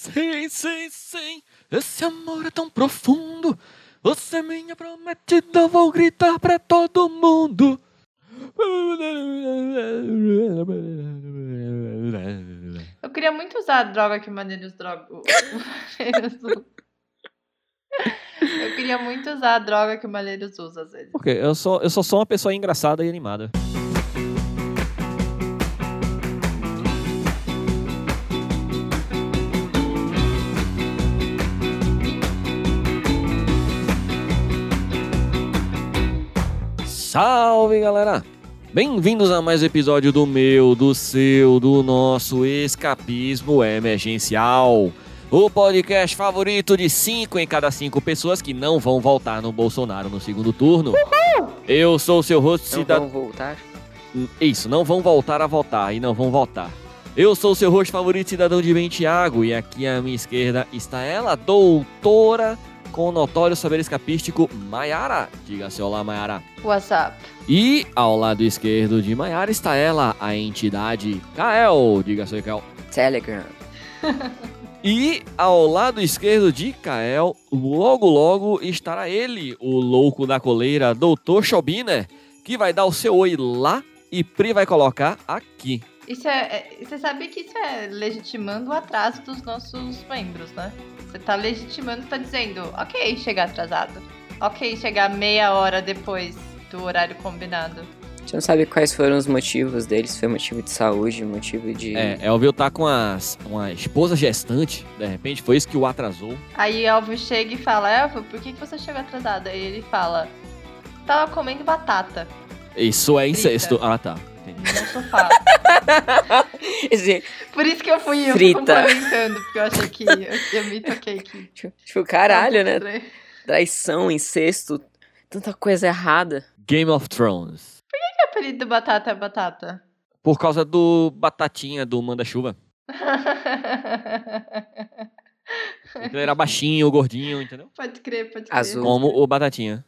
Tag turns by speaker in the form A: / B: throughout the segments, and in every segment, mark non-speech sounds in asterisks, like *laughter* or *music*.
A: Sim, sim, sim, esse amor é tão profundo. Você é minha prometida, eu vou gritar pra todo mundo. *laughs*
B: Eu queria muito usar a droga que maneiros droga. *laughs* Eu queria muito usar a droga que o Malheiros usa às vezes.
C: Ok, eu só, eu só sou uma pessoa engraçada e animada. Salve, galera! Bem-vindos a mais um episódio do meu, do seu, do nosso Escapismo Emergencial. O podcast favorito de 5 em cada 5 pessoas que não vão voltar no Bolsonaro no segundo turno. Eu sou o seu rosto
D: Não
C: cidadão.
D: vão voltar?
C: Isso, não vão voltar a votar e não vão votar. Eu sou o seu host favorito, cidadão de bem, Thiago, e aqui à minha esquerda está ela, doutora com notório saber escapístico, Maiara. Diga seu olá, Maiara.
B: WhatsApp.
C: E ao lado esquerdo de Maiara está ela, a entidade Kael. Diga seu Kael.
D: Telegram.
C: E ao lado esquerdo de Kael, logo logo estará ele, o louco da coleira, Doutor Schobiner, que vai dar o seu oi lá e Pri vai colocar aqui.
B: Isso é, é- Você sabe que isso é legitimando o atraso dos nossos membros, né? Você tá legitimando, tá dizendo, ok chegar atrasado. Ok chegar meia hora depois do horário combinado.
D: A gente não sabe quais foram os motivos deles. Foi motivo de saúde, motivo de. *laughs*
C: É, Elvio tá com as, uma esposa gestante, de repente foi isso que o atrasou.
B: Aí Elvio chega e fala, Elvio, por que, que você chegou atrasado? Aí ele fala, tava comendo batata
C: Isso é incesto. Ah, tá. Entendi.
B: no sofá.
D: Quer dizer,
B: Por isso que eu fui eu fui
D: Frita.
B: complementando, porque eu achei que eu, eu me toquei que.
D: tipo, tipo, caralho, né?
B: Estranho.
D: Traição, incesto, tanta coisa errada.
C: Game of Thrones.
B: Que apelido do batata é batata? *laughs*
C: Por causa do batatinha do manda-chuva. Ele era baixinho, gordinho, entendeu?
B: pode crer, pode crer.
D: Azul.
C: Como o batatinha.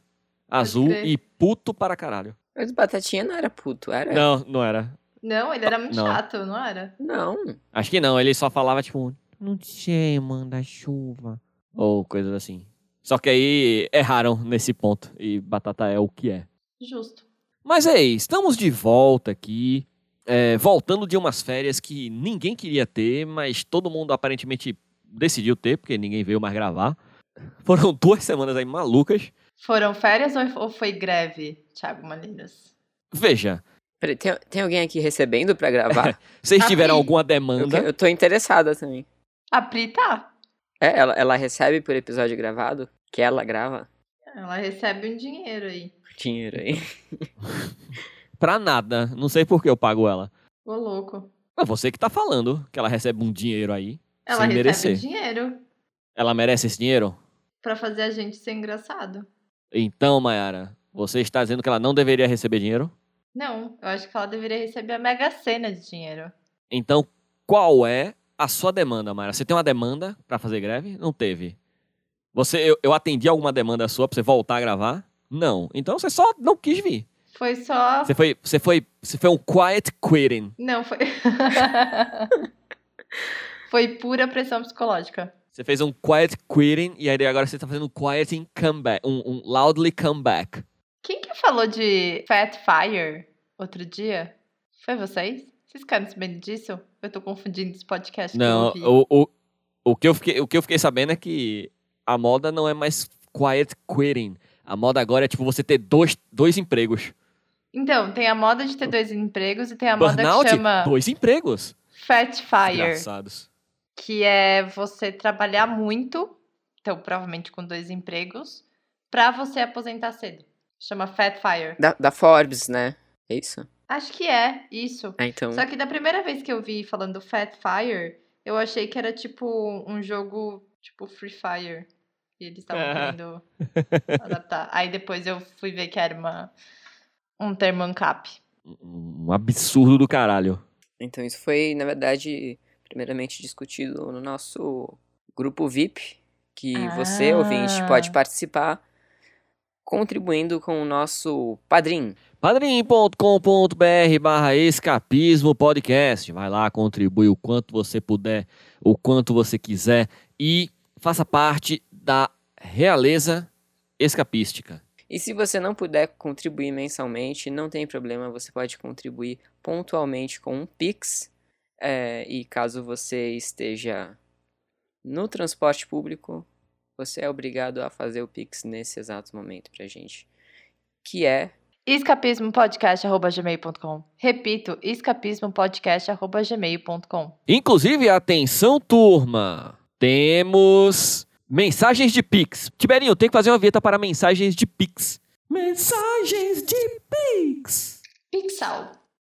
C: Azul
B: crer.
C: e puto para caralho.
D: Mas o Batatinha não era puto, era?
C: Não, não era.
B: Não, ele era muito
C: Não.
B: chato, não era?
D: Não.
C: Acho que não, ele só falava tipo, não sei, manda-chuva. Ou coisas assim. Só que aí erraram nesse ponto. E batata é o que é.
B: Justo.
C: Mas é isso, estamos de volta aqui. é, voltando de umas férias que ninguém queria ter, mas todo mundo aparentemente decidiu ter, porque ninguém veio mais gravar. Foram *laughs* duas semanas aí malucas.
B: Foram férias ou, ou foi greve, Thiago Maneiras?
C: Veja,
D: Peraí, tem, tem alguém aqui recebendo pra gravar?
C: vocês
B: Tá
C: tiveram
B: bem.
C: alguma
D: eu, que-
C: demanda?
D: eu tô interessada também.
B: A Pri tá.
D: É, ela, ela recebe por episódio gravado? Que ela grava?
B: Ela recebe um dinheiro aí.
D: Dinheiro aí.
C: Pra nada, não sei por que eu pago ela.
B: Ô louco.
C: Mas você que tá falando que ela recebe um dinheiro aí.
B: Ela
C: Sem
B: recebe
C: merecer.
B: dinheiro
C: Ela merece esse dinheiro?
B: pra fazer a gente ser engraçado.
C: Então, Mayara, você está dizendo que ela não deveria receber dinheiro?
B: Não, eu acho que ela deveria receber a mega cena de dinheiro.
C: Então, qual é a sua demanda, Mara? Você tem uma demanda pra fazer greve? Não teve. Você, eu, eu atendi alguma demanda sua pra você voltar a gravar? Não. Então você só não quis vir.
B: Foi só.
C: Você foi, você foi, você foi um quiet quitting.
B: Não, foi. *laughs* foi pura pressão psicológica.
C: Você fez um quiet quitting e aí agora você tá fazendo um quiet in comeback, um, um loudly comeback.
B: Quem que falou de Fat Fire outro dia? Foi vocês? Vocês ficaram sabendo disso? Eu tô confundindo os podcasts
C: Não,
B: que eu ouvi.
C: o, o, o, que eu fiquei, o que eu fiquei sabendo é que a moda não é mais quiet quitting. A moda agora é tipo você ter dois, dois empregos.
B: Então, tem a moda de ter dois empregos e tem É a moda
C: Burnout,
B: que chama
C: dois empregos.
B: Fat Fire,
C: Engraçados.
B: que é você trabalhar muito, então provavelmente com dois empregos, pra você aposentar cedo. Chama Fat Fire.
D: Da, da Forbes, né? É isso?
B: Acho que é isso.
D: Ah, então.
B: Só que da primeira vez que eu vi falando Fat Fire, eu achei que era tipo um jogo tipo Free Fire. E eles estavam
C: Ah.
B: querendo adaptar.
C: *laughs*
B: Aí depois eu fui ver que era uma, um termo ANCAP.
C: um absurdo do caralho.
D: Então isso foi, na verdade, primeiramente discutido no nosso grupo VIP, que você, ouvinte,
B: Ah.
D: pode participar contribuindo com o nosso padrinho.
C: padrim.com.br barra escapismo podcast. Vai lá, contribui o quanto você puder, o quanto você quiser e faça parte da realeza escapística.
D: E se você não puder contribuir mensalmente, não tem problema, você pode contribuir pontualmente com um Pix. É, e caso você esteja no transporte público, você é obrigado a fazer o Pix nesse exato momento pra gente. Que é
B: escapismopodcast.gmail.com Repito, escapismopodcast.gmail.com
C: Inclusive, atenção turma, temos mensagens de Pix. Tiberinho, tem que fazer uma vinheta para mensagens de Pix. Mensagens de Pix.
B: Pixel.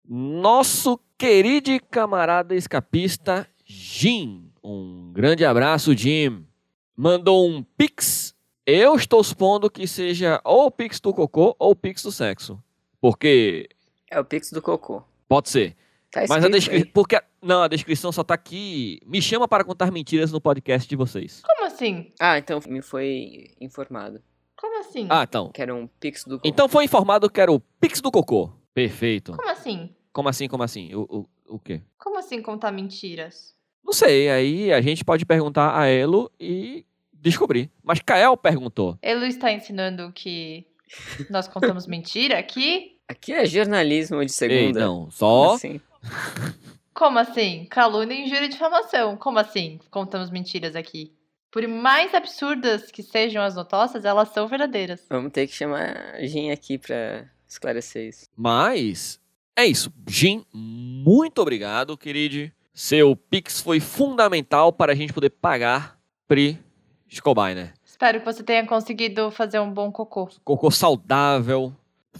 C: Nosso querido e camarada escapista Jim. Um grande abraço, Jim. Mandou um Pix. Eu estou supondo que seja ou o Pix do cocô ou o Pix do sexo. Porque
D: é o Pix do Cocô.
C: pode ser.
D: Tá
C: Mas a
D: escrito aí.
C: descrição. Porque. a- Não, a descrição só tá aqui. Me chama para contar mentiras no podcast de vocês.
B: Como assim?
D: Ah, então me foi informado
B: Como assim?
C: Ah, então.
D: que era um Pix do Cocô.
C: Então foi informado que era o Pix do cocô. Perfeito.
B: Como assim?
C: Como assim, como assim? O, o, o quê?
B: Como assim contar mentiras?
C: Não sei, aí a gente pode perguntar a Elo e descobrir. Mas Kael perguntou.
B: Elu está ensinando que nós contamos mentira aqui?
D: Aqui é jornalismo de segunda.
C: Ei, não, só.
D: Assim.
B: Como assim? Calúnia, injúria e difamação. Como assim contamos mentiras aqui? Por mais absurdas que sejam as notócias, elas são verdadeiras.
D: Vamos ter que chamar a Jin aqui pra esclarecer isso.
C: Mas é isso. Jim, muito obrigado, querido. Seu Pix foi fundamental para a gente poder pagar Pri né? Scobainer.
B: Espero que você tenha conseguido fazer um bom cocô.
C: Cocô saudável,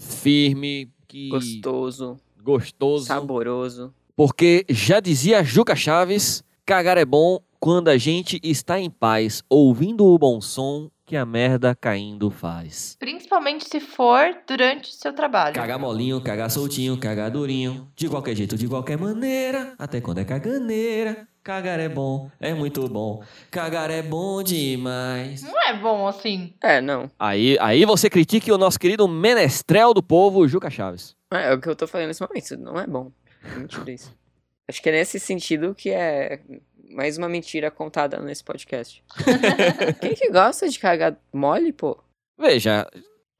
C: firme, que
D: Gostoso,
C: gostoso.
D: saboroso.
C: Porque já dizia Juca Chaves, cagar é bom quando a gente está em paz, ouvindo o bom som que a merda caindo faz.
B: Principalmente se for durante o seu trabalho.
C: Cagar molinho, cagar soltinho, cagar durinho, de qualquer jeito, de qualquer maneira, até quando é caganeira. Cagar é bom, é muito bom. Cagar é bom demais.
B: Não é bom assim.
D: É, não.
C: Aí, aí você critique o nosso querido menestrel do povo, Juca Chaves.
D: É, é o que eu tô falando nesse momento. Isso não é bom. É mentira isso. Acho que é nesse sentido que é mais uma mentira contada nesse
C: *laughs*
D: podcast. Quem que gosta de cagar mole, pô?
C: Veja,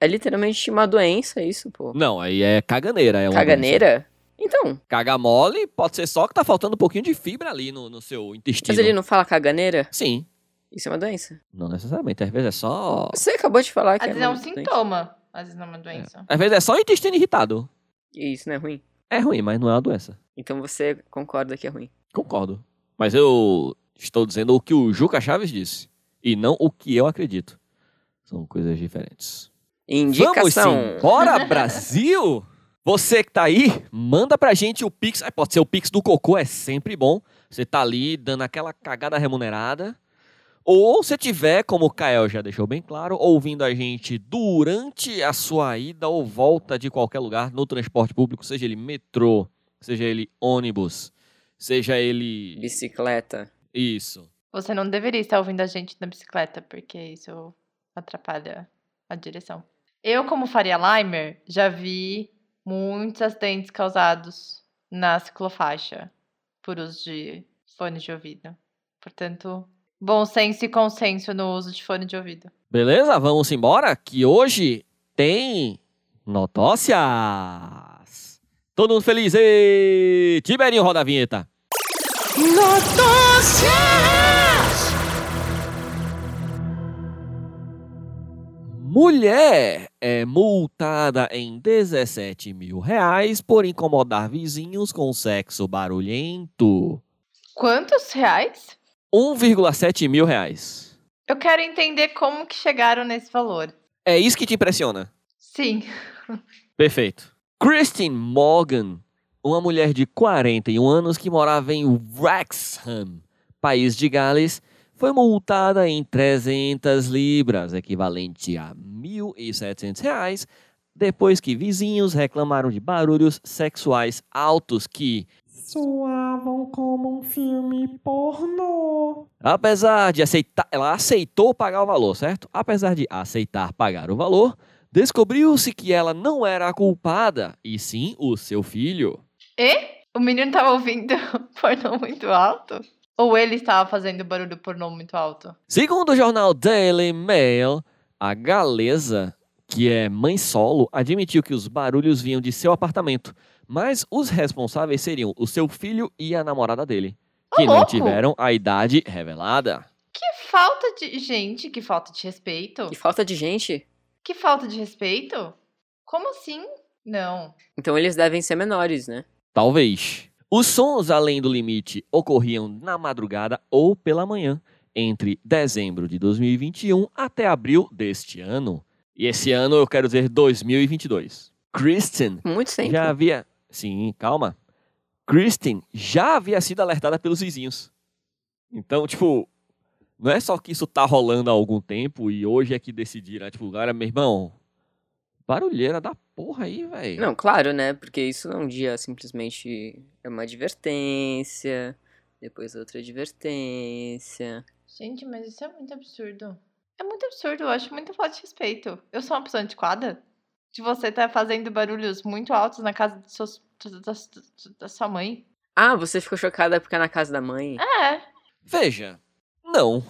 D: É literalmente uma doença isso, pô.
C: não, aí é caganeira. É uma
D: Caganeira? Então,
C: Cagar mole pode ser só que tá faltando um pouquinho de fibra ali no, no seu intestino.
D: mas ele não fala caganeira?
C: Sim.
D: Isso é uma doença.
C: Não necessariamente. Às vezes é só.
D: Você acabou de falar que
B: Às vezes
D: é
B: é
D: uma
B: um
D: doença.
B: sintoma. Às vezes não é uma doença.
C: Às vezes é só o intestino irritado.
D: E isso não é ruim.
C: É ruim, mas não é uma doença.
D: Então você concorda que é ruim.
C: Concordo. Mas eu estou dizendo o que o Juca Chaves disse. E não o que eu acredito. São coisas diferentes.
D: Indicação.
C: Vamos embora, Brasil! Você que tá aí, manda pra gente o Pix. Ah, pode ser o Pix do cocô, é sempre bom. Você tá ali dando aquela cagada remunerada. Ou se tiver, como o Kael já deixou bem claro, ouvindo a gente durante a sua ida ou volta de qualquer lugar no transporte público, seja ele metrô, seja ele ônibus, seja ele.
D: Bicicleta.
C: Isso.
B: Você não deveria estar ouvindo a gente na bicicleta, porque isso atrapalha a direção. Eu, como Faria Limer, já vi muitos acidentes causados na ciclofaixa por uso de fone de ouvido. Portanto, bom senso e consenso no uso de fone de ouvido.
C: Beleza? Vamos embora? Que hoje tem notócias. Todo mundo feliz? Ê! Tiberinho, roda a vinheta. Notócias! Mulher é multada em 17 mil reais por incomodar vizinhos com sexo barulhento.
B: Quantos reais?
C: 1,7 mil reais.
B: Eu quero entender como que chegaram nesse valor.
C: É isso que te impressiona?
B: Sim, *laughs*
C: Perfeito. Christine Morgan, uma mulher de 41 anos que morava em Wrexham, país de Gales, foi multada em 300 libras, equivalente a R$ 1.700, reais, depois que vizinhos reclamaram de barulhos sexuais altos que soavam como um filme pornô. Apesar de aceitar, ela aceitou pagar o valor, certo? Apesar de aceitar pagar o valor, Descobriu-se que ela não era a culpada, e sim o seu filho.
B: E? O menino tava ouvindo *laughs* pornô muito alto? Ou ele estava fazendo barulho pornô muito alto?
C: Segundo o jornal Daily Mail, a galesa, que é mãe solo, admitiu que os barulhos vinham de seu apartamento, mas os responsáveis seriam o seu filho e a namorada dele,
B: Ô,
C: que não
B: louco!
C: tiveram a idade revelada.
B: Que falta de. Gente, que falta de respeito.
D: E falta de gente.
B: Que falta de respeito? Como assim? Não.
D: Então eles devem ser menores, né?
C: Talvez. Os sons além do limite ocorriam na madrugada ou pela manhã, entre dezembro de 2021 até abril deste ano. E esse ano eu quero dizer 2022. Kristen
D: Muito tempo.
C: já havia. Sim, calma. Kristen já havia sido alertada pelos vizinhos. Então, tipo, não é só que isso tá rolando há algum tempo e hoje é que decidiram. Tipo, galera, meu irmão, barulheira da porra aí, velho.
D: Não, claro, né? Porque isso não é um dia simplesmente é uma advertência, depois outra advertência.
B: Gente, mas isso é muito absurdo. É muito absurdo, eu acho muito falta de respeito. Eu sou uma pessoa antiquada? De você estar fazendo barulhos muito altos na casa de seus- da- da- da sua mãe?
D: Ah, você ficou chocada porque é na casa da mãe?
B: É.
C: Veja, não.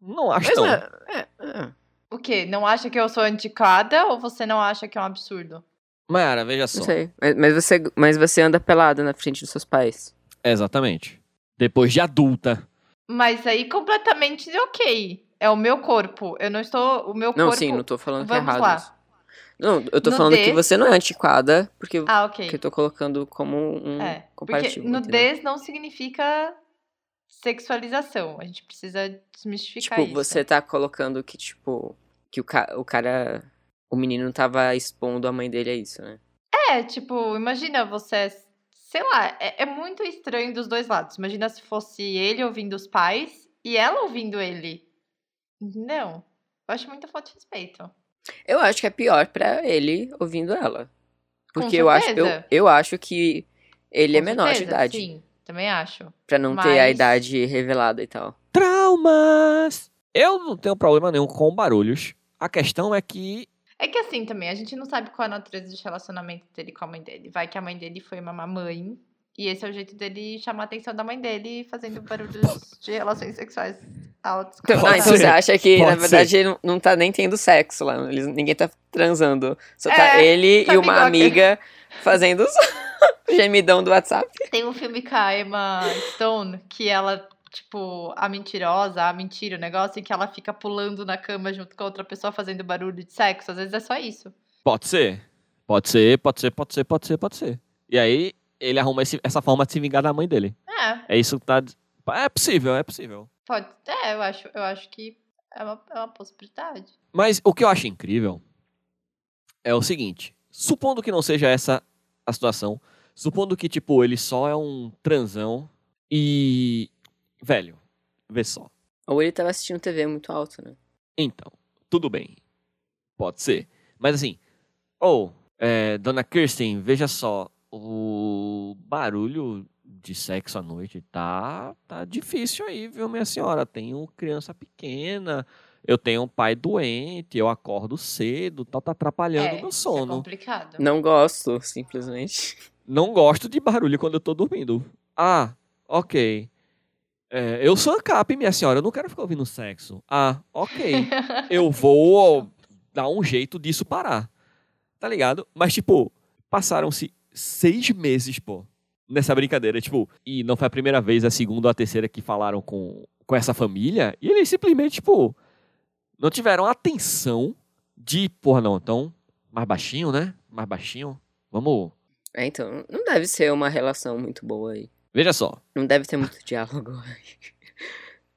C: Não acho
D: Mas
C: não.
D: é, é, é.
B: O quê? Não acha que eu sou antiquada ou você não acha que é um absurdo?
C: Mayara, veja só.
D: Não sei. Mas, mas você, mas você anda pelada na frente dos seus pais.
C: Exatamente. Depois de adulta.
B: Mas aí completamente ok. É o meu corpo. Eu não estou. O meu
D: Não,
B: corpo.
D: sim, não tô falando
B: Vamos
D: que é errado.
B: lá.
D: isso. Não, eu tô
B: No
D: falando que
B: desse-
D: você não é antiquada, porque
B: Ah,
D: que eu
B: ok.
D: tô colocando como um
B: É. Porque
D: comparativo. entendeu?
B: nudez não significa sexualização. A gente precisa desmistificar
D: Tipo,
B: isso.
D: você tá colocando que, tipo, que o, ca... o cara. O menino tava expondo a mãe dele a isso, né?
B: É, tipo, imagina você. Sei lá, é, é muito estranho dos dois lados. Imagina se fosse ele ouvindo os pais e ela ouvindo ele. Entendeu? Eu acho muita falta de respeito.
D: Eu acho que é pior pra ele ouvindo ela.
B: Com
D: Porque eu acho, eu,
B: certeza.
D: eu acho que ele é
B: Com
D: menor de
B: certeza,
D: idade.
B: Sim, também acho.
D: Pra não ter a
B: Mas-
D: idade revelada e tal.
C: Traumas! Eu não tenho problema nenhum com barulhos. A questão é que.
B: É que assim também, a gente não sabe qual é a natureza de relacionamento dele com a mãe dele. Vai que a mãe dele foi uma mamãe. E esse é o jeito dele chamar a atenção da mãe dele fazendo barulhos de relações sexuais altos. com
D: Então,
B: ela.
D: ah, então
C: ser,
D: você acha que, na
C: pode
D: verdade, ele não- não tá nem tendo sexo lá. eles- ninguém tá transando. Só tá
B: É,
D: ele
B: tá
D: e uma
B: bigoca.
D: amiga fazendo os *laughs* gemidão do WhatsApp.
B: Tem um filme com a Emma Stone que ela, tipo, a mentirosa, a mentira, o negócio, e que ela fica pulando na cama junto com a outra pessoa fazendo barulho de sexo. Às vezes é só isso.
C: Pode ser. Pode ser, pode ser, pode ser, pode ser, pode ser. E aí, ele arruma esse- essa forma de se vingar da mãe dele.
B: É,
C: É isso que tá. É possível, é possível.
B: pode. É, eu acho, eu acho que é uma, é uma possibilidade.
C: Mas o que eu acho incrível é o seguinte: supondo que não seja essa a situação, supondo que, tipo, ele só é um transão e. Velho, vê só.
D: Ou ele tava assistindo TV muito alto, né?
C: Então, tudo bem. Pode ser. Mas assim, ou, é, dona Kirsten, veja só, o barulho de sexo à noite tá, tá difícil aí, viu, minha senhora? Tenho criança pequena, eu tenho um pai doente, eu acordo cedo, tal, tá atrapalhando
B: é,
C: meu
B: isso é
C: sono.
B: complicado.
D: Não gosto, simplesmente.
C: Não gosto de barulho quando eu tô dormindo. Ah, ok. É, eu sou ANCAP, minha senhora, eu não quero ficar ouvindo sexo. Ah, ok eu vou ó, dar um jeito disso parar. Tá ligado? Mas, tipo, passaram-se seis meses, pô, nessa brincadeira. Tipo, e não foi a primeira vez, a segunda ou a terceira que falaram com, com essa família. E eles simplesmente, tipo, não tiveram atenção de, porra, não, então, mais baixinho, né? Mais baixinho. Vamos.
D: É, então, não deve ser uma relação muito boa aí.
C: Veja só.
D: Não deve ter muito
B: *laughs*
D: diálogo aí.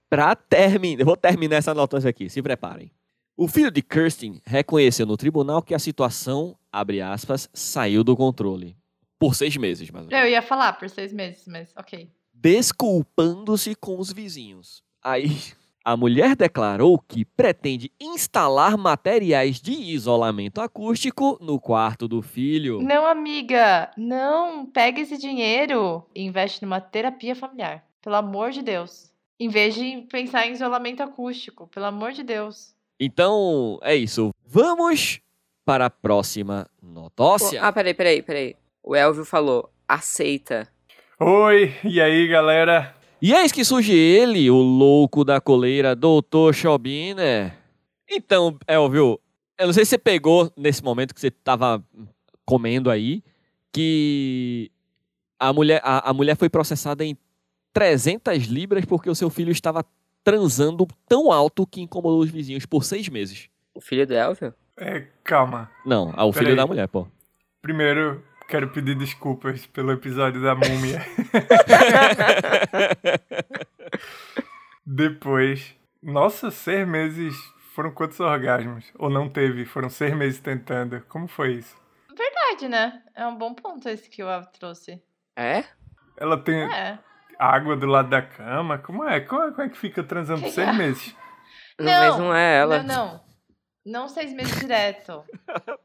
C: Pra terminar, eu vou terminar essa notícia aqui, se preparem. O filho de Kirsten reconheceu no tribunal que a situação, abre aspas, saiu do controle. Por seis meses, mais ou menos.
B: Eu ia falar por seis meses, mas ok.
C: Desculpando-se com os vizinhos. Aí, a mulher declarou que pretende instalar materiais de isolamento acústico no quarto do filho.
B: Não, amiga, não. Pega esse dinheiro e investe numa terapia familiar. Pelo amor de Deus. Em vez de pensar em isolamento acústico, pelo amor de Deus.
C: Então, é isso. Vamos para a próxima notócia.
D: Ah, peraí, peraí, peraí. O Elvio falou, aceita.
E: Oi, e aí galera?
C: E eis que surge ele, o louco da coleira, Dr. Schobiner. Então, Elvio, eu não sei se você pegou nesse momento que você estava comendo aí, que a mulher, a, a mulher foi processada em 300 libras porque o seu filho estava transando tão alto que incomodou os vizinhos por seis meses.
D: O filho do Elvio?
E: É, calma.
C: Não, ah, o filho
E: Peraí.
C: da mulher, pô.
E: Primeiro, quero pedir desculpas pelo episódio da múmia. Depois, nossa, seis meses foram quantos orgasmos? Ou não teve, foram seis meses tentando. Como foi isso?
B: Verdade, né? É um bom ponto esse que o Elvio trouxe.
D: É?
E: Ela tem
B: É.
E: água do lado da cama? Como é? Como é, como é que fica transando por seis meses?
D: Não,
B: Não,
D: mas não é ela.
B: Não, não. Não seis
C: *laughs*
B: meses direto.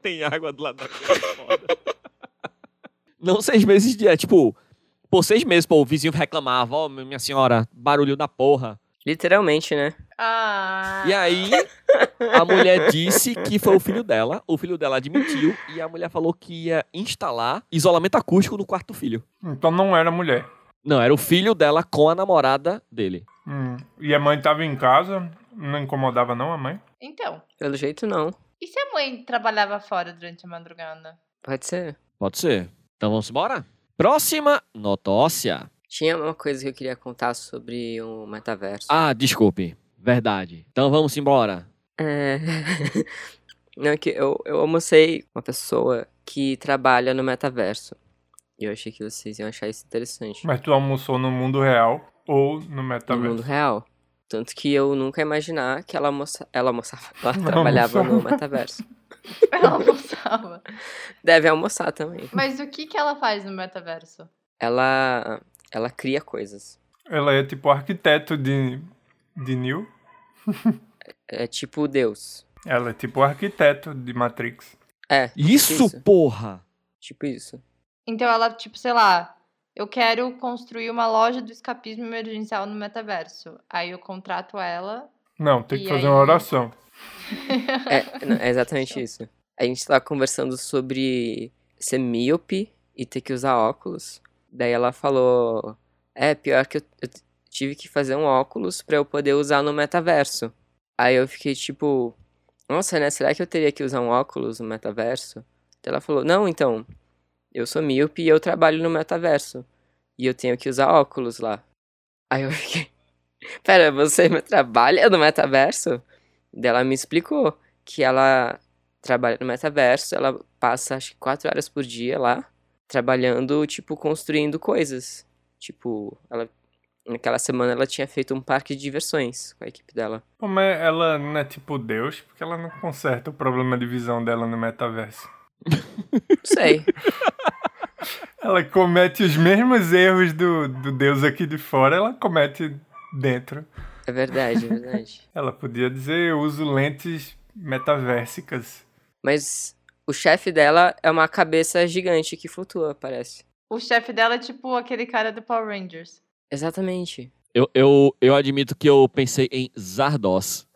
C: Tem água do lado da é *laughs* Não seis meses de. É, tipo, por seis meses, pô, o vizinho reclamava, ó, minha senhora, barulho da porra.
D: Literalmente, né?
B: Ah.
C: E aí, a mulher disse que foi o filho dela, o filho dela admitiu, e a mulher falou que ia instalar isolamento acústico no quarto do filho.
E: Então não era mulher.
C: Não, era o filho dela com a namorada dele.
E: Hum, E a mãe tava em casa? Não incomodava não a mãe?
B: Então,
D: Pelo jeito, não.
B: e se a mãe trabalhava fora durante a madrugada? *laughs*
D: Pode ser.
C: Pode ser. Então vamos embora? Próxima notócia.
D: Tinha uma coisa que eu queria contar sobre o metaverso.
C: Ah, desculpe. Verdade. Então vamos embora.
D: É. *laughs* Não, é que eu, eu almocei com uma pessoa que trabalha no metaverso. E eu achei que vocês iam achar isso interessante.
E: Mas tu almoçou no mundo real ou no
D: no mundo
E: metaverso?
D: real. Tanto que eu nunca ia imaginar que ela almoça...
C: *laughs*
D: ela almoçava, ela trabalhava no metaverso.
B: Ela almoçava.
D: Deve almoçar também.
B: Mas o que, que ela faz no metaverso?
D: Ela ela cria coisas.
E: Ela é tipo arquiteto de, de New?
D: É tipo Deus.
E: Ela é tipo arquiteto de Matrix.
D: É,
C: Isso,
D: Isso.
C: porra!
D: tipo isso.
B: Então ela, tipo, sei lá, eu quero construir uma loja do escapismo emergencial no metaverso. Aí eu contrato ela.
E: Não, tem que
B: E
E: fazer
B: aí?
E: uma oração.
D: É, não, é exatamente isso. A gente tava conversando sobre ser míope e ter que usar óculos. Daí ela falou: É, pior que eu, eu t- tive que fazer um óculos pra eu poder usar no metaverso. Aí eu fiquei tipo: Nossa, né? Será que eu teria que usar um óculos no metaverso? Daí ela falou: Não, então, eu sou míope e eu trabalho no metaverso. E eu tenho que usar óculos lá. Aí eu fiquei: Pera, você *laughs* trabalha no metaverso? Daí ela me explicou que ela trabalha no metaverso, ela passa acho que quatro horas por dia lá, trabalhando, tipo, construindo coisas. Tipo, ela naquela semana ela tinha feito um parque de diversões com a equipe dela.
E: Pô, mas ela não é tipo Deus, porque ela não conserta o problema de visão dela no metaverso.
D: Não sei.
E: Ela comete os mesmos erros do, do Deus aqui de fora, ela comete dentro.
D: é verdade, é verdade.
E: Ela podia dizer, eu uso lentes metaversicas.
D: Mas o chefe dela é uma cabeça gigante que flutua, parece.
B: O chefe dela é tipo aquele cara do Power Rangers.
D: Exatamente.
C: Eu, eu, eu admito que eu pensei em Zardoz.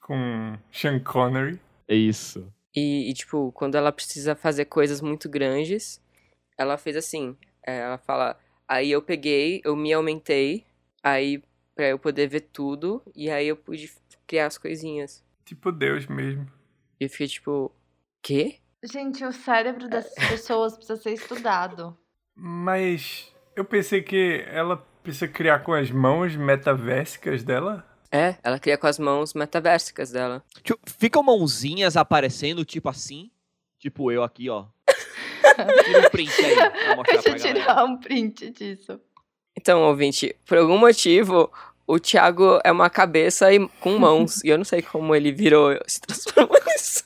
E: Com Sean Connery.
C: É isso.
D: E, e, tipo, quando ela precisa fazer coisas muito grandes, ela fez assim. é, Ela fala, aí eu peguei, eu me aumentei, aí pra eu poder ver tudo, e aí eu pude f- criar as coisinhas.
E: Tipo Deus mesmo.
D: E eu fiquei tipo, quê?
B: Gente, o cérebro dessas
C: É.
B: pessoas precisa
C: *laughs*
B: ser estudado.
E: Mas eu pensei que ela precisa criar com as mãos metaversicas dela.
D: É, ela cria com as mãos metaversicas dela.
C: Tipo, ficam mãozinhas aparecendo, tipo assim. Tipo eu aqui,
B: *laughs*
C: ó. Tira um print aí. Pra mostrar
B: Deixa
C: pra
B: eu
C: galera.
B: tirar um print disso.
D: Então, ouvinte, por algum motivo, o Thiago é uma cabeça e, com mãos. e eu não sei como ele virou, se transformou *laughs* nisso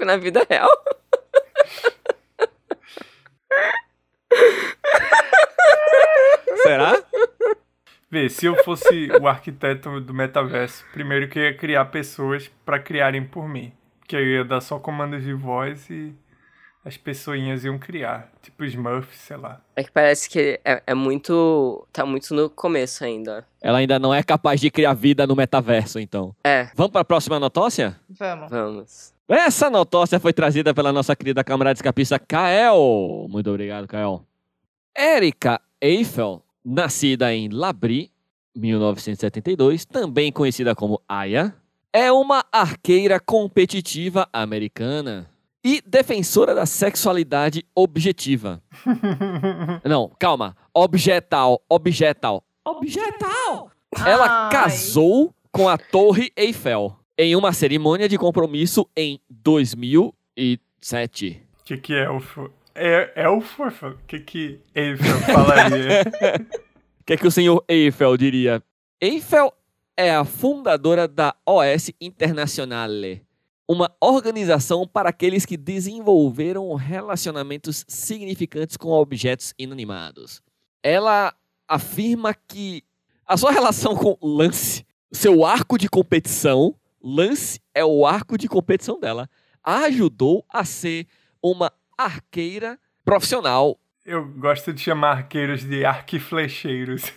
D: na vida real.
C: Será?
E: Vê, se eu fosse o arquiteto do metaverso, primeiro que eu ia criar pessoas pra criarem por mim. Que eu ia dar só comandos de voz e as pessoinhas iam criar. Tipo Smurfs, sei lá.
D: É que parece que é, é muito. Tá muito no começo ainda.
C: Ela ainda não é capaz de criar vida no metaverso, então.
D: É,
C: Vamos pra próxima notócia?
B: Vamos.
D: vamos.
C: Essa notócia foi trazida pela nossa querida camarada escapista Kael. Muito obrigado, Kael. Érica Eiffel, nascida em Labri, 1972, também conhecida como Aya, é uma arqueira competitiva americana e defensora da sexualidade objetiva. Não, calma. Objetal, objetal, objetal. Ela
B: Ai.
C: casou com a Torre Eiffel em uma cerimônia de compromisso em 2007.
E: O que, que é elfo? É elfo? O que, que Eiffel falaria?
C: O que é que o senhor Eiffel diria? Eiffel é a fundadora da OS Internationale, uma organização para aqueles que desenvolveram relacionamentos significantes com objetos inanimados. Ela afirma que a sua relação com lance, seu arco de competição, lance é o arco de competição dela, a ajudou a ser uma arqueira profissional
E: Eu gosto de chamar arqueiros de arquiflecheiros.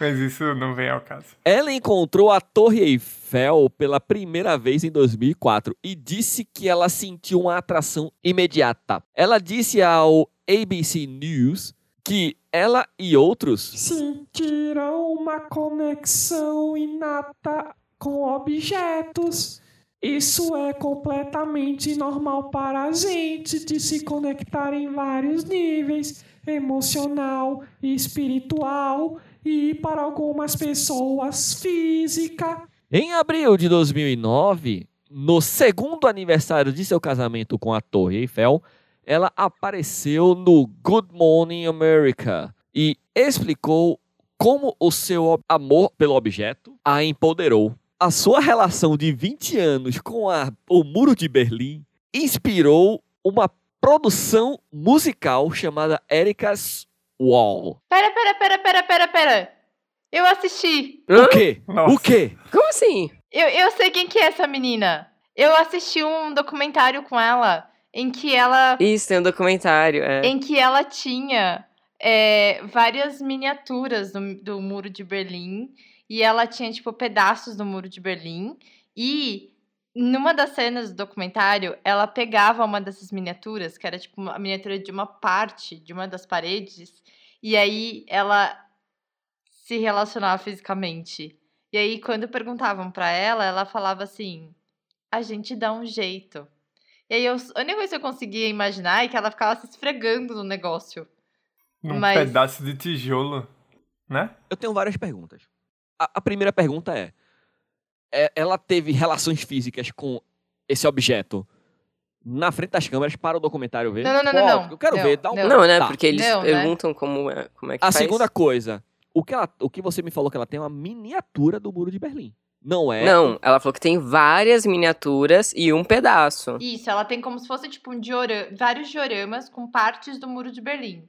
E: Mas isso não vem ao caso.
C: Ela encontrou a Torre Eiffel pela primeira vez em 2004 e disse que ela sentiu uma atração imediata. Ela disse ao ABC News que ela e outros
A: Sentirão uma conexão inata com objetos. Isso é completamente normal para a gente de se conectar em vários níveis emocional, espiritual e, para algumas pessoas, física.
C: Em abril de 2009, no segundo aniversário de seu casamento com a Torre Eiffel, ela apareceu no Good Morning America e explicou como o seu ob- amor pelo objeto a empoderou. A sua relação de 20 anos com a- o Muro de Berlim inspirou uma produção musical chamada Erika's Wall.
B: Pera, pera, pera, pera, pera, pera. Eu assisti.
C: O quê?
E: Nossa.
C: O quê?
D: Como assim?
B: Eu, eu sei quem que é essa menina. Eu assisti um documentário com ela em que ela
D: Isso, tem um documentário. É.
B: em que ela tinha é, várias miniaturas do, do Muro de Berlim. E ela tinha, tipo, pedaços do Muro de Berlim. E numa das cenas do documentário, ela pegava uma dessas miniaturas, que era, tipo, a miniatura de uma parte, de uma das paredes. E aí ela se relacionava fisicamente. E aí, quando perguntavam pra ela, ela falava assim: a gente dá um jeito. E aí, eu, a única coisa que eu conseguia imaginar é que ela ficava se esfregando no negócio.
E: Num
B: Mas-
E: pedaço de tijolo, né?
C: Eu tenho várias perguntas. A, a primeira pergunta é, é: ela teve relações físicas com esse objeto na frente das câmeras para o documentário ver?
B: Não, não, não, não,
C: Ó,
B: não.
C: Eu quero
B: Não,
C: ver, dá um
B: não.
D: Não, né?
C: Tá.
D: Porque eles
B: Não, né?
D: perguntam como é, como é que
C: A
D: faz.
C: segunda coisa, o que, ela, o que você me falou que ela tem é uma miniatura do Muro de Berlim. Não é?
D: Não, ela falou que tem várias miniaturas e um pedaço.
B: Isso, ela tem como se fosse tipo um diorama, vários dioramas com partes do Muro de Berlim.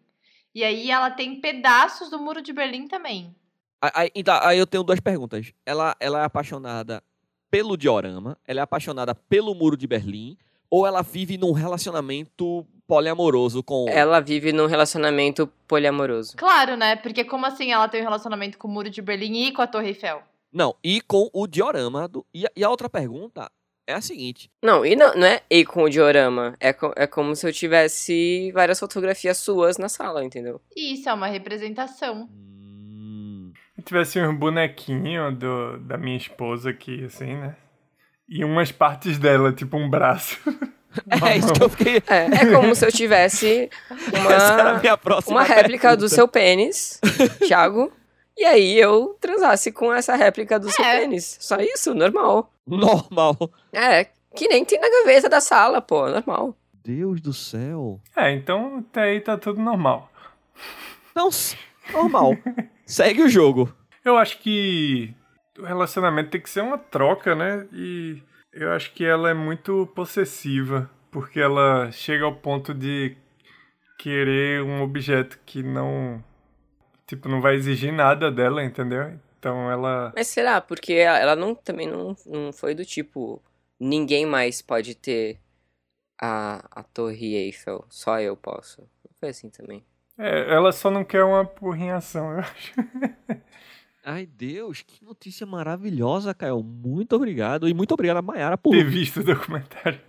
B: E aí ela tem pedaços do Muro de Berlim também.
C: Aí- Aí, então, aí eu tenho duas perguntas. Ela, ela é apaixonada pelo diorama, ela é apaixonada pelo Muro de Berlim, ou ela vive num relacionamento poliamoroso com...
D: Ela vive num relacionamento poliamoroso.
B: Claro, né? Porque como assim ela tem um relacionamento com o Muro de Berlim e com a Torre Eiffel?
C: Não, e com o diorama do. E a, e a outra pergunta é a seguinte:
D: Não, e não, não é e com o diorama. É, co- é como se eu tivesse várias fotografias suas na sala, entendeu?
B: E isso é uma representação.
C: Hum.
E: Eu tivesse um bonequinho do, da minha esposa aqui, assim, né? E umas partes dela, tipo um braço.
C: *laughs* *laughs* é isso que eu fiquei.
D: É, é como se
C: *laughs*
D: eu tivesse
C: Essa era a
D: uma,
C: minha próxima.
D: uma réplica
C: pergunta.
D: do seu *laughs* pênis, Thiago. E aí eu transasse com essa réplica do seu
B: É.
D: pênis. Só isso, normal.
C: Normal.
D: É, que nem tem na gaveta da sala, pô, normal.
C: Deus do céu.
E: É, então até aí tá tudo normal.
C: Não, s- *laughs* normal. Segue o jogo.
E: Eu acho que o relacionamento tem que ser uma troca, né? E eu acho que ela é muito possessiva, porque ela chega ao ponto de querer um objeto que não. Tipo, não vai exigir nada dela, entendeu? Então ela.
D: Mas será? Porque ela ela não, também não, não foi do tipo, ninguém mais pode ter a, a Torre Eiffel, só eu posso. Não foi assim também.
E: *laughs* é, ela só não quer uma porrinhação, eu acho.
C: Ai, Deus, que notícia maravilhosa, Caio. Muito obrigado. E muito obrigado a Mayara por.
E: Ter visto o documentário.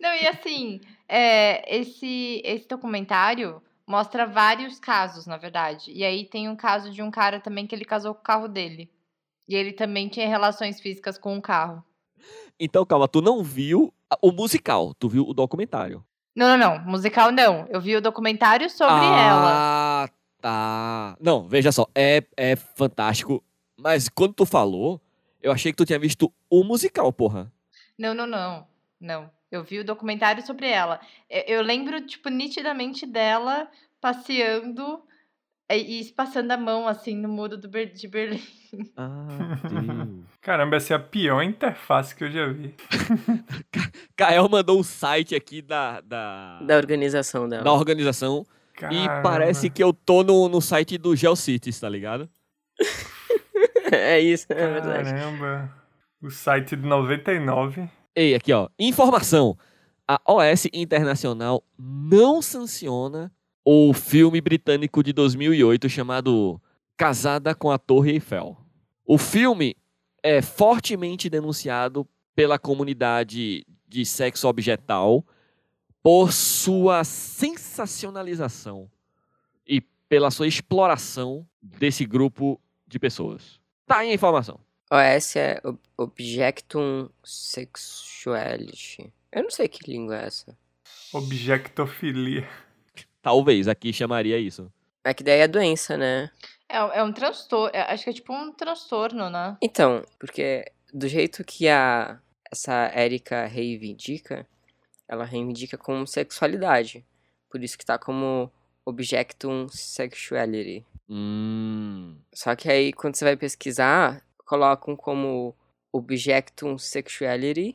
B: Não, e assim, é, esse, esse documentário mostra vários casos, na verdade. E aí tem um caso de um cara também que ele casou com o carro dele. E ele também tinha relações físicas com o carro.
C: Então, calma, tu não viu a- o musical, tu viu o documentário.
B: Não, não, não. Musical não. Eu vi o documentário sobre ela.
C: ah, tá. Não, veja só, é, é fantástico. Mas quando tu falou, eu achei que tu tinha visto o musical, porra.
B: Não, não, não. Não. Eu vi o documentário sobre ela. Eu, eu lembro, tipo, nitidamente dela passeando é, e, e passando a mão, assim, no muro do Ber- de Berlim.
C: Ah, Deus.
E: Caramba, essa é a pior interface que eu já vi.
C: *laughs* Kael mandou o site aqui da, da,
D: Da organização dela.
C: da organização e
E: Caramba.
C: parece que eu tô no, no site do GeoCities, tá ligado?
D: *laughs* é isso, é verdade.
E: Caramba. O site de 99.
C: Ei, aqui ó, informação. A OS Internacional não sanciona o filme britânico de 2008 chamado Casada com a Torre Eiffel. O filme é fortemente denunciado pela comunidade de sexo objetal por sua sensacionalização e pela sua exploração desse grupo de pessoas. Tá aí a informação.
D: OS é Ob- Objectum Sexuality. Eu não sei que língua é essa.
E: Objectofilia.
C: Talvez aqui chamaria isso.
D: É que daí é doença, né?
B: É, é um transtorno. Acho que é tipo um transtorno, né?
D: Então, porque do jeito que a essa Erika reivindica, ela reivindica como sexualidade. Por isso que tá como Objectum Sexuality.
C: Hum.
D: Só que aí quando você vai pesquisar, colocam como Objectum Sexuality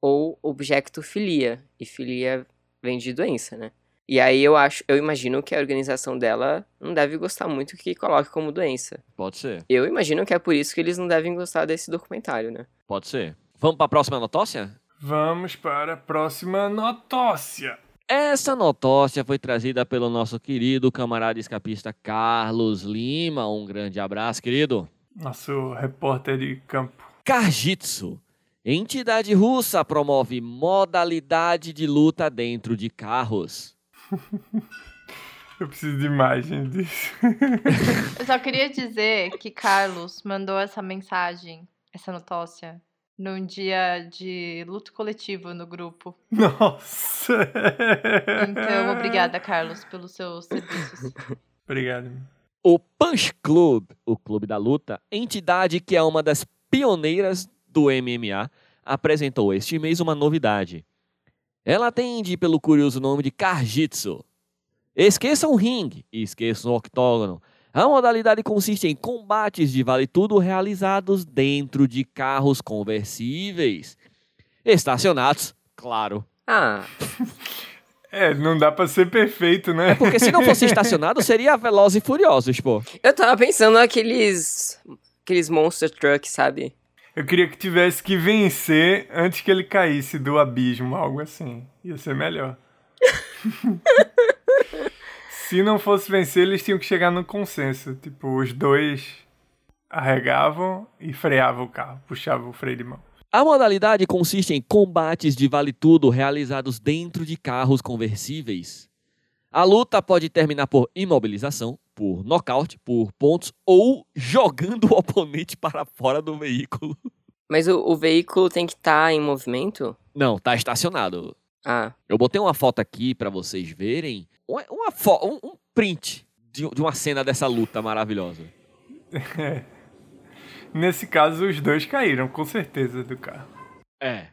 D: ou Objectofilia. E filia vem de doença, né? E aí eu acho, eu imagino que a organização dela não deve gostar muito que coloque como doença.
C: Pode ser,
D: Eu imagino que é por isso que eles não devem gostar desse documentário, né?
C: pode ser. Vamos para a próxima notócia?
E: Vamos para a próxima notócia.
C: Essa notócia foi trazida pelo nosso querido camarada escapista Carlos Lima. Um grande abraço, querido.
E: Nosso repórter de campo. *laughs*
C: Karjitsu. Entidade russa promove modalidade de luta dentro de carros.
E: Eu preciso de imagem disso. *laughs*
B: Eu só queria dizer que Carlos mandou essa mensagem, essa notócia, num dia de luto coletivo no grupo.
E: Nossa. *laughs*
B: Então, obrigada, Carlos, pelos seus serviços.
E: Obrigado.
C: O Punch Club, o clube da luta, entidade que é uma das pioneiras do MMA, apresentou este mês uma novidade. Ela atende pelo curioso nome de Karjitsu. Esqueçam o ringue e esqueçam o octógono. A modalidade consiste em combates de vale-tudo realizados dentro de carros conversíveis. Estacionados, claro.
D: Ah,
E: É, não dá pra ser perfeito, né?
C: Porque se não fosse estacionado, seria Velozes e Furiosos, pô.
D: eu tava pensando naqueles. aqueles monster trucks, sabe?
E: Eu queria que tivesse que vencer antes que ele caísse do abismo, algo assim. Ia ser melhor. Se não fosse vencer, eles tinham que chegar no consenso. Tipo, os dois arregavam e freavam o carro, puxavam o freio de mão.
C: A modalidade consiste em combates de vale-tudo realizados dentro de carros conversíveis. A luta pode terminar por imobilização, por nocaute, por pontos ou jogando o oponente para fora do veículo.
D: Mas o, o veículo tem que estar em movimento?
C: Não, tá estacionado.
D: Ah,
C: Eu botei uma foto aqui para vocês verem. Uma, uma fo- um, um print de, de uma cena dessa luta maravilhosa.
E: Nesse caso, os dois caíram, com certeza, do carro.
C: É.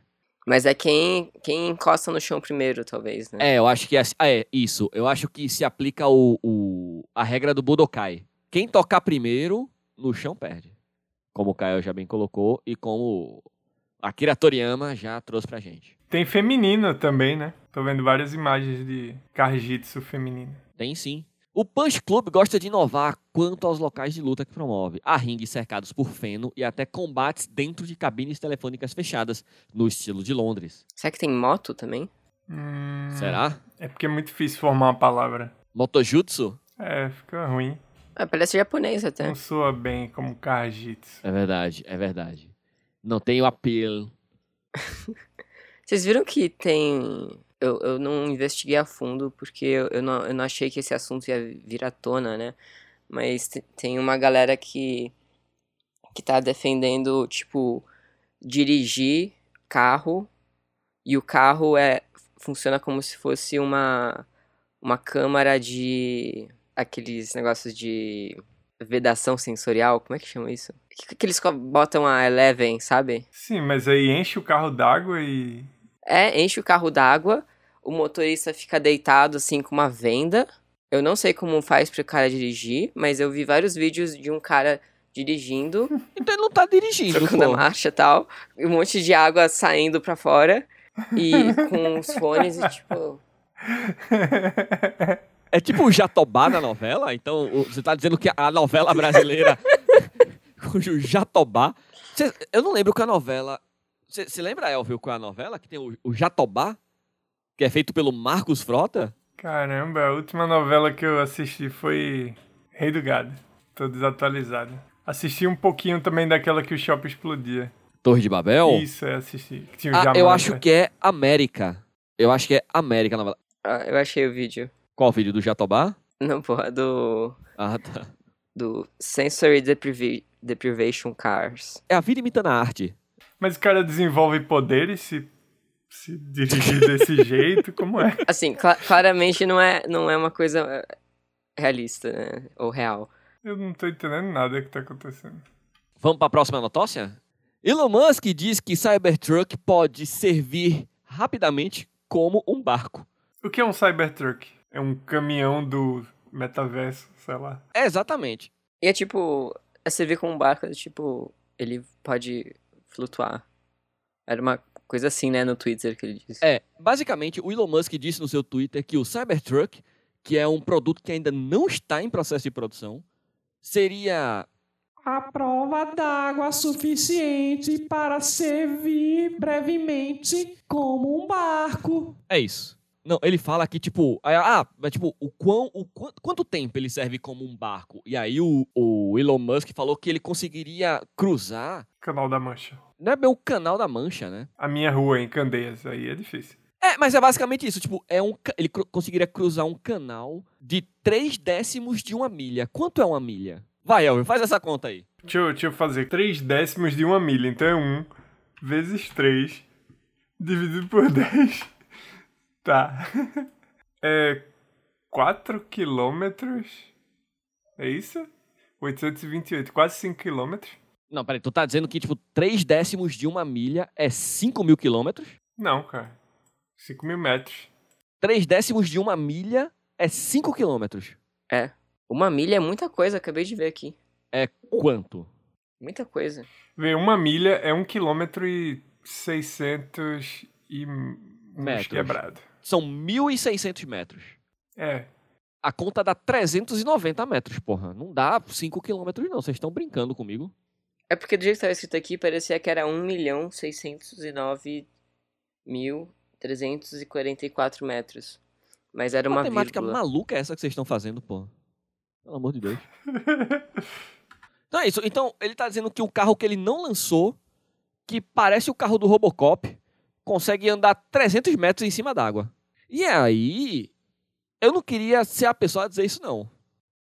D: mas é quem, quem encosta no chão primeiro, talvez, né?
C: É, eu acho que é, assim- ah, é isso. Eu acho que se aplica o, o- a regra do Budokai. Quem tocar primeiro no chão perde. Como o Caio já bem colocou e como Akira Toriyama já trouxe pra gente.
E: Tem feminino também, né? Tô vendo várias imagens de Karjitsu feminino.
C: Tem sim. O Punch Club gosta de inovar quanto aos locais de luta que promove. Há ringues cercados por feno e até combates dentro de cabines telefônicas fechadas, no estilo de Londres.
D: Será que tem moto também?
E: Hum,
C: Será?
E: É porque é muito difícil formar uma palavra.
C: Motojutsu?
E: É, fica ruim.
D: Ah, parece japonês até.
E: Não soa bem como Kajitsu.
C: É verdade, é verdade. Não tem o apelo.
D: Vocês viram que tem. Eu, eu não investiguei a fundo porque eu, eu não, eu não achei que esse assunto ia vir à tona, né? Mas te- tem uma galera que. que tá defendendo, tipo, dirigir carro e o carro é. funciona como se fosse uma. uma câmara de. aqueles negócios de. vedação sensorial, como é que chama isso? Que, que eles co- botam a Eleven, sabe?
E: Sim, mas aí enche o carro d'água e.
D: É, enche o carro d'água, o motorista fica deitado assim com uma venda. Eu não sei como faz pro cara dirigir, mas eu vi vários vídeos de um cara dirigindo,
C: Então ele não tá dirigindo,
D: trocando a
C: pô.
D: marcha e tal, e um monte de água saindo pra fora e com os fones e tipo,
C: É tipo o Jatobá na novela? Então o- você tá dizendo que a novela brasileira. *laughs* o Jatobá. Cê- eu não lembro que a novela. Você lembra, Elvio, qual é a novela? Que tem o, o Jatobá? Que é feito pelo Marcos Frota?
E: Caramba, a última novela que eu assisti foi Rei do Gado. Tô desatualizado. Assisti um pouquinho também daquela que o shopping explodia.
C: Torre de Babel?
E: Isso, é, assisti. Que tinha o
C: Ah, eu
E: Jamaica.
C: acho que é América. Eu acho que é América a novela.
D: ah, eu achei o vídeo.
C: Qual o vídeo do Jatobá?
D: Não, porra, do
C: Ah, tá.
D: do Sensory Deprivi- Deprivation Cars.
C: É a vida imitando a arte.
E: Mas o cara desenvolve poderes se, se dirigir
C: *laughs*
E: desse jeito? Como é?
D: Assim, cla- claramente não é não é uma coisa eh, realista, né? Ou real.
E: Eu não tô entendendo nada que tá acontecendo.
C: Vamos para a próxima notócia? Elon Musk diz que Cybertruck pode servir rapidamente como um barco.
E: O que é um Cybertruck? É um caminhão do metaverso, sei lá.
C: É, exatamente.
D: E é tipo, é servir com um barco, é tipo, ele pode flutuar. Era uma coisa assim, né, no Twitter que ele disse.
C: É, basicamente, o Elon Musk disse no seu Twitter que o Cybertruck, que é um produto que ainda não está em processo de produção, seria
F: A prova d'água suficiente para servir brevemente como um barco.
C: É isso. Não, ele fala que, tipo, aí, ah, mas tipo, o quão, o quan- quanto tempo ele serve como um barco? E aí o, o Elon Musk falou que ele conseguiria cruzar,
E: Canal da Mancha.
C: não é bem o canal da Mancha, né?
E: A minha rua em Candeias, aí é difícil.
C: É, mas é basicamente isso, tipo, é um, ca- ele cru- conseguiria cruzar um canal de 3 décimos de uma milha. Quanto é uma milha? Vai, Elvio, faz essa conta aí.
E: Deixa eu, deixa eu fazer 3 décimos de uma milha. Então é 1 vezes 3 dividido por *laughs* 10. Tá. *laughs* É 4 quilômetros. É isso? 828, quase 5 quilômetros?
C: Não, peraí, tu tá dizendo que, tipo, 3 décimos de uma milha é 5 mil quilômetros?
E: Não, cara. 5 mil metros.
C: 3 décimos de uma milha é 5 quilômetros.
D: Uma milha é muita coisa, acabei de ver aqui.
C: É quanto?
D: Muita coisa.
E: Vê, uma milha é 1 quilômetro e 600 e
C: Metros.
E: metros quebrado.
C: São 1.600 metros.
E: É,
C: A conta dá 390 metros, porra. Não dá 5 quilômetros, não. Vocês estão brincando comigo.
D: É porque do jeito que tava escrito aqui, parecia que era 1 milhão 344 metros. Mas era
C: Que
D: É uma
C: matemática
D: vírgula.
C: maluca é essa que vocês estão fazendo, porra? Pelo amor de Deus. então é isso. Então, ele tá dizendo que o carro que ele não lançou, que parece o carro do Robocop, consegue andar 300 metros em cima d'água. E aí, eu não queria ser a pessoa a dizer isso, não.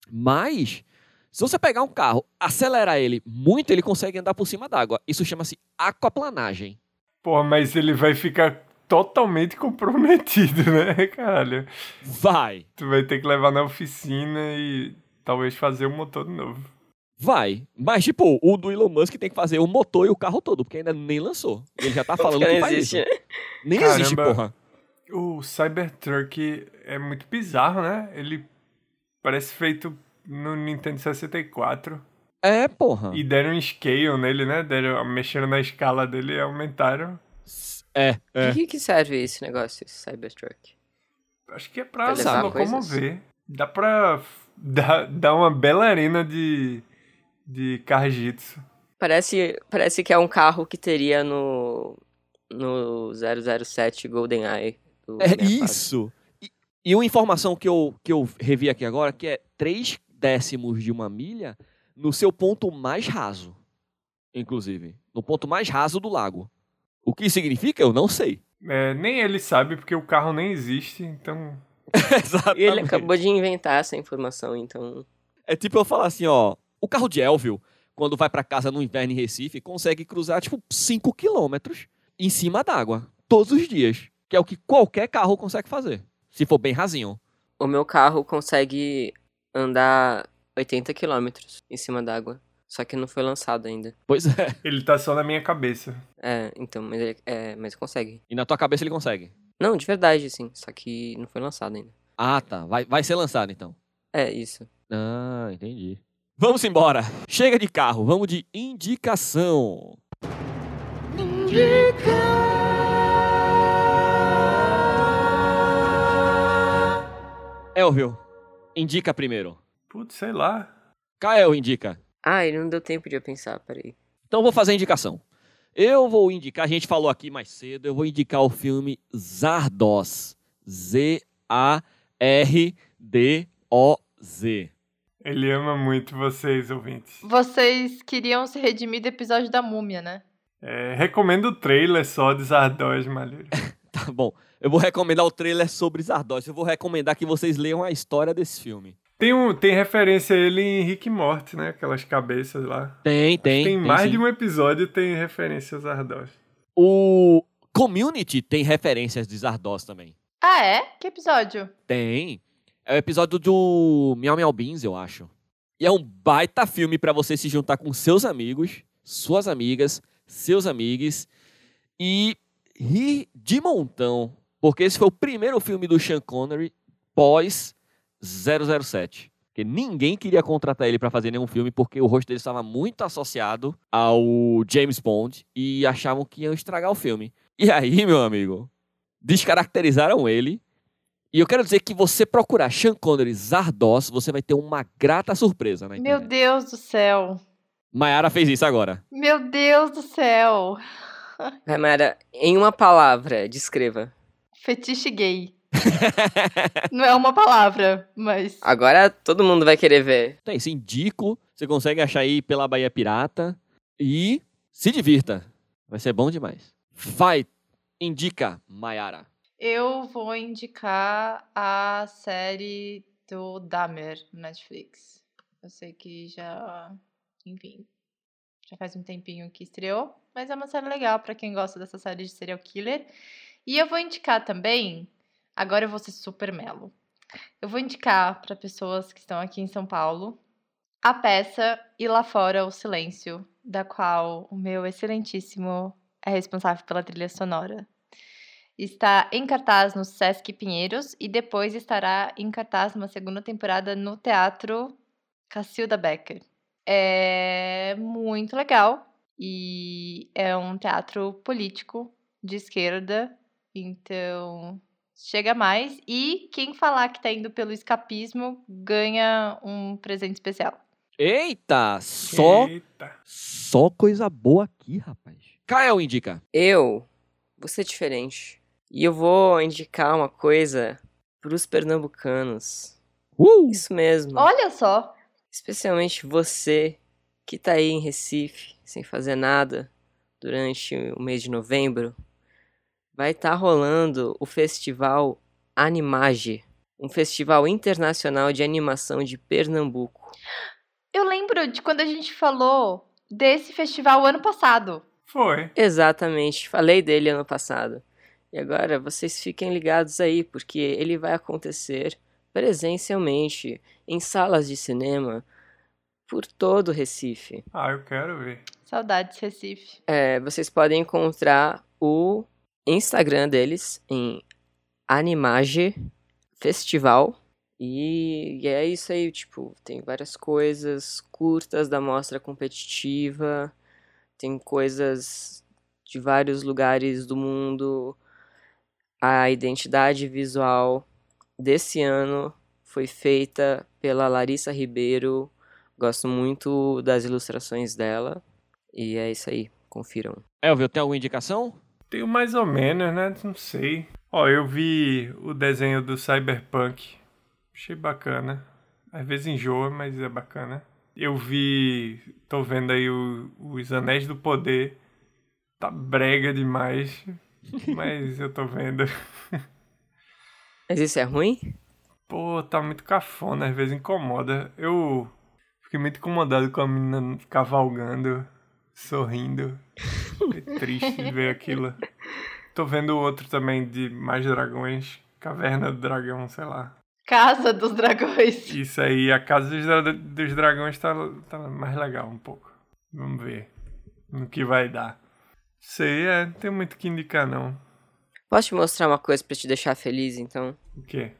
C: Mas, se você pegar um carro, acelerar ele muito, ele consegue andar por cima d'água. Isso chama-se aquaplanagem.
E: Pô, mas ele vai ficar totalmente comprometido, né, caralho?
C: Vai,
E: Tu vai ter que levar na oficina e talvez fazer o motor de novo.
C: vai. Mas, tipo, o do Elon Musk tem que fazer o motor e o carro todo, porque ainda nem lançou. Ele já tá falando que
D: Não
C: faz
D: existe,
C: isso.
D: né?
C: Nem
E: Caramba.
C: existe, porra.
E: O Cybertruck é muito bizarro, né? Ele parece feito no Nintendo 64.
C: É, porra.
E: E deram um scale nele, né? Deram, mexeram na escala dele e aumentaram.
C: É,
D: Pra que, que serve esse negócio, esse Cybertruck?
E: Acho que é pra
D: Pra
E: se
D: levar
E: locomover. Dá pra f- dar, dar uma bela arena de, de Karjitsu.
D: Parece, parece que é um carro que teria no, no 007 GoldenEye. do
C: É
D: 64.
C: isso. E, e uma informação que eu, que eu revi aqui agora, que é 3 décimos de uma milha no seu ponto mais raso, inclusive, no ponto mais raso do lago. O que significa, eu não sei. *laughs*
E: É, nem ele sabe, porque o carro nem existe, então.
D: E
C: Exatamente.
D: ele acabou de inventar essa informação, então.
C: É tipo eu falar assim, ó, o carro de Elvio, quando vai pra casa no inverno em Recife, consegue cruzar tipo 5 quilômetros em cima d'água, todos os dias, que é o que qualquer carro consegue fazer, se for bem rasinho.
D: O meu carro consegue andar 80 quilômetros em cima d'água. Só que não foi lançado ainda.
C: Pois é,
E: Ele tá só na minha cabeça.
D: É, então, mas ele é, mas consegue.
C: e na tua cabeça ele consegue.
D: Não, de verdade, sim. Só que não foi lançado ainda.
C: Ah, tá, vai, vai ser lançado então.
D: É isso.
C: Ah, entendi. Vamos embora. Chega de carro, vamos de indicação. Elvio, indica primeiro.
E: Putz, sei lá.
C: Kael indica.
D: Ah, ele não deu tempo de eu pensar, peraí.
C: Então eu vou fazer a indicação. Eu vou indicar, a gente falou aqui mais cedo, eu vou indicar o filme Zardoz. Z-A-R-D-O-Z.
E: Ele ama muito vocês, ouvintes.
B: Vocês queriam se redimir do episódio da múmia, né?
E: É, recomendo o trailer só de Zardoz, Malheiro.
C: *laughs* Tá bom. Eu vou recomendar o trailer sobre Zardoz. Eu vou recomendar que vocês leiam a história desse filme.
E: Tem, um, tem referência a ele em Rick e Morty, né? Aquelas cabeças lá.
C: Tem, tem.
E: Tem, mais
C: sim.
E: de um episódio tem referência a Zardoz.
C: O Community tem referências de Zardoz também.
B: Ah, é? Que episódio?
C: Tem. É o episódio do Miau Miau Beans, eu acho. E é um baita filme pra você se juntar com seus amigos, suas amigas, seus amigos e rir de montão. Porque esse foi o primeiro filme do Sean Connery pós 007. Porque ninguém queria contratar ele pra fazer nenhum filme porque o rosto dele estava muito associado ao James Bond e achavam que iam estragar o filme. E aí, meu amigo, descaracterizaram ele e eu quero dizer que você procurar Sean Connery Zardoz, você vai ter uma grata surpresa na
B: Meu
C: internet.
B: Deus do céu.
C: Mayara fez isso agora.
B: Meu Deus do céu.
D: Vai, Mayara, em uma palavra, descreva.
B: Fetiche gay. Não é uma palavra, mas.
D: Agora todo mundo vai querer ver.
C: Tem esse Então é indico, você consegue achar aí pela Bahia Pirata. E se divirta. Vai ser bom demais. Vai, indica, Mayara.
B: Eu vou indicar a série do Dahmer no Netflix. Eu sei que já, enfim, já faz um tempinho que estreou, mas é uma série legal pra quem gosta dessa série de serial killer. E eu vou indicar também, agora eu vou ser super melo. Eu vou indicar pra pessoas que estão aqui em São Paulo a peça E Lá Fora o Silêncio, da qual o meu excelentíssimo é responsável pela trilha sonora. Está em cartaz no Sesc Pinheiros e depois estará em cartaz numa segunda temporada no Teatro Cacilda Becker. É muito legal e é um teatro político de esquerda, então chega mais. E quem falar que está indo pelo escapismo ganha um presente especial.
C: Eita, só,
E: Eita.
C: só coisa boa aqui, rapaz. Kael indica.
D: Eu vou ser diferente. E eu vou indicar uma coisa pros pernambucanos.
C: Uh!
D: Isso mesmo.
B: Olha só!
D: Especialmente você que tá aí em Recife, sem fazer nada, durante o mês de novembro, vai estar rolando o festival Animage, um festival internacional de animação de Pernambuco.
B: Eu lembro de quando a gente falou desse festival ano passado.
E: Foi.
D: Exatamente, falei dele ano passado. E agora vocês fiquem ligados aí, porque ele vai acontecer presencialmente em salas de cinema por todo o Recife.
E: Ah, eu quero ver.
B: Saudades, Recife.
D: É, vocês podem encontrar o Instagram deles em Animage Festival. E, e é isso aí, tipo, tem várias coisas curtas da mostra competitiva, tem coisas de vários lugares do mundo. A identidade visual desse ano foi feita pela Larissa Ribeiro. Gosto muito das ilustrações dela. E é isso aí, confiram.
C: Elvio, tem alguma indicação?
E: Tenho mais ou menos, né? Não sei. Ó, eu vi o desenho do Cyberpunk. Achei bacana. Às vezes enjoa, mas é bacana. Eu vi. tô vendo aí o- os Anéis do Poder. Tá brega demais. *laughs* Mas eu tô vendo.
D: Mas isso é ruim?
E: Pô, tá muito cafona, às vezes incomoda. Eu fiquei muito incomodado com a menina cavalgando, sorrindo. Foi triste ver aquilo. Tô vendo outro também de mais dragões. Caverna do Dragão, sei lá.
B: Casa dos Dragões.
E: Isso aí, a Casa dos, Dra- dos Dragões tá, tá mais legal um pouco. Vamos ver no que vai dar. Sei, é, não tem muito o que indicar não.
D: Posso te mostrar uma coisa pra te deixar feliz, então?
E: O quê?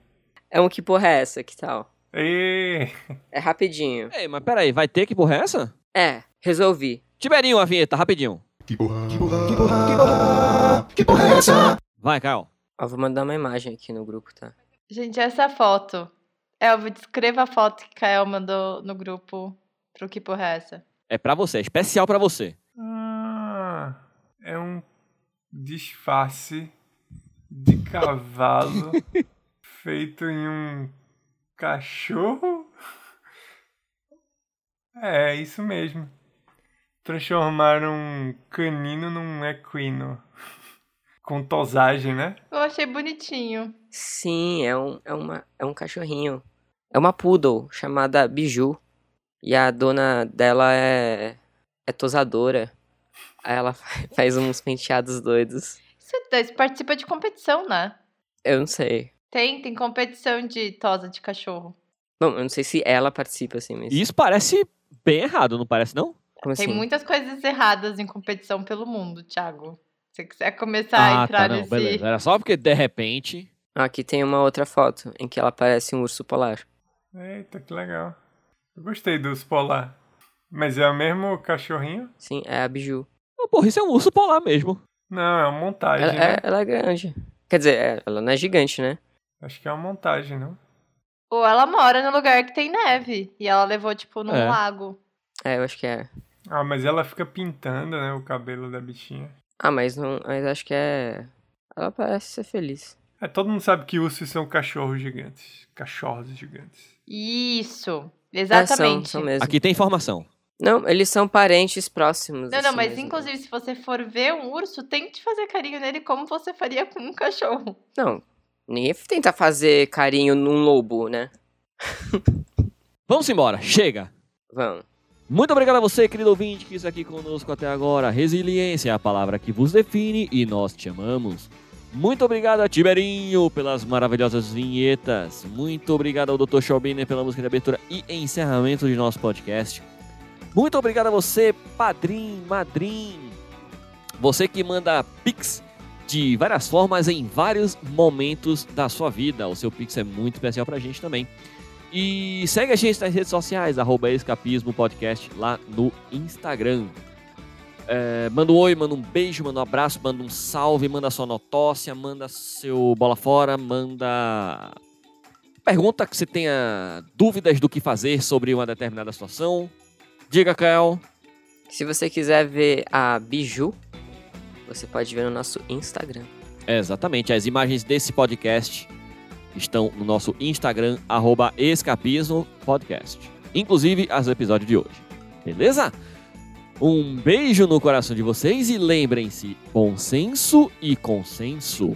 D: É um que porra é essa, que tal?
E: Ê,
D: É rapidinho.
C: Ei, mas peraí, vai ter que porra é essa?
D: É, resolvi.
C: Tiberinho, a vinheta, rapidinho.
G: Que porra, que porra, que porra, que porra é essa?
C: Vai, Caio.
D: Ó, vou mandar uma imagem aqui no grupo, tá?
B: Gente, essa foto. Elvio, descreva a foto que Kael mandou no grupo pro que porra é essa.
C: É pra você, é especial pra você.
E: Ah, é um disfarce de
D: *laughs*
E: cavalo feito em um cachorro? É, isso mesmo. Transformaram um canino num equino. Com tosagem, né?
B: Eu achei bonitinho.
D: Sim, é um, é uma, é um cachorrinho. É uma poodle chamada Biju. E a dona dela é, é tosadora. Aí ela *laughs* faz uns penteados doidos.
B: Você tá- participa de competição, né?
D: Eu não sei.
B: Tem, tem competição de tosa de cachorro.
D: Bom, eu não sei se ela participa assim, mas.
C: E isso parece bem errado, não parece não?
D: Como assim?
B: Tem muitas coisas erradas em competição pelo mundo, Thiago. Se você quiser começar a entrar nesse.
C: Ah, tá, beleza. Era só porque de repente...
D: Aqui tem uma outra foto em que ela parece um urso polar.
E: Eita, que legal. Eu gostei do urso polar. Mas é o mesmo cachorrinho?
D: Sim, é a Biju.
C: Oh, porra, isso é um urso polar mesmo.
E: Não, é uma montagem,
D: Ela,
E: né?
D: é, ela é grande. Quer dizer, é- ela não é gigante, né?
E: Acho que é uma montagem, não?
B: Ou ela mora no lugar que tem neve. E ela levou, tipo, num
C: É.
B: lago.
D: É, eu acho que é.
E: Ah, mas ela fica pintando, né, o cabelo da bichinha.
D: Ah, mas não. Mas acho que é. Ela parece ser feliz.
E: É, todo mundo sabe que ursos são cachorros gigantes. Cachorros gigantes.
B: Isso.
D: É, são-
B: Exatamente.
D: são mesmo.
C: Aqui tem informação.
D: Não, eles são parentes próximos.
B: Não, não,
D: assim
B: mas
D: mesmo.
B: inclusive, se você for ver um urso, tente fazer carinho nele como você faria com um cachorro.
D: Não, ninguém tenta fazer carinho num lobo, né?
C: Vamos embora, chega.
D: Vamos.
C: Muito obrigado a você, querido ouvinte, que está aqui conosco até agora. Resiliência é a palavra que vos define e nós te amamos. Muito obrigado a Tiberinho pelas maravilhosas vinhetas. Muito obrigado ao Dr. Schaubiner pela música de abertura e encerramento de nosso podcast. Muito obrigado a você, padrim, madrim. Você que manda pix de várias formas em vários momentos da sua vida. O seu pix é muito especial pra gente também. E segue a gente nas redes sociais, arroba Escapismo Podcast lá no Instagram. É, manda um oi, manda um beijo, manda um abraço, manda um salve, manda sua notócia, manda seu bola fora, manda. Pergunta que você tenha dúvidas do que fazer sobre uma determinada situação. Diga, Kael.
D: Se você quiser ver a Biju, você pode ver no nosso Instagram.
C: É, exatamente. As imagens desse podcast estão no nosso Instagram, arroba Escapismo Podcast. Inclusive as do episódio de hoje. Beleza? Um beijo no coração de vocês e lembrem-se, bom senso e consenso.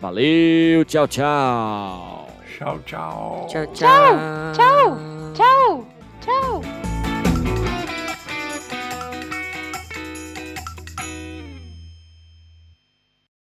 C: Valeu, tchau, tchau.
E: Tchau, tchau.
D: Tchau, tchau. Tchau, tchau.
B: Tchau!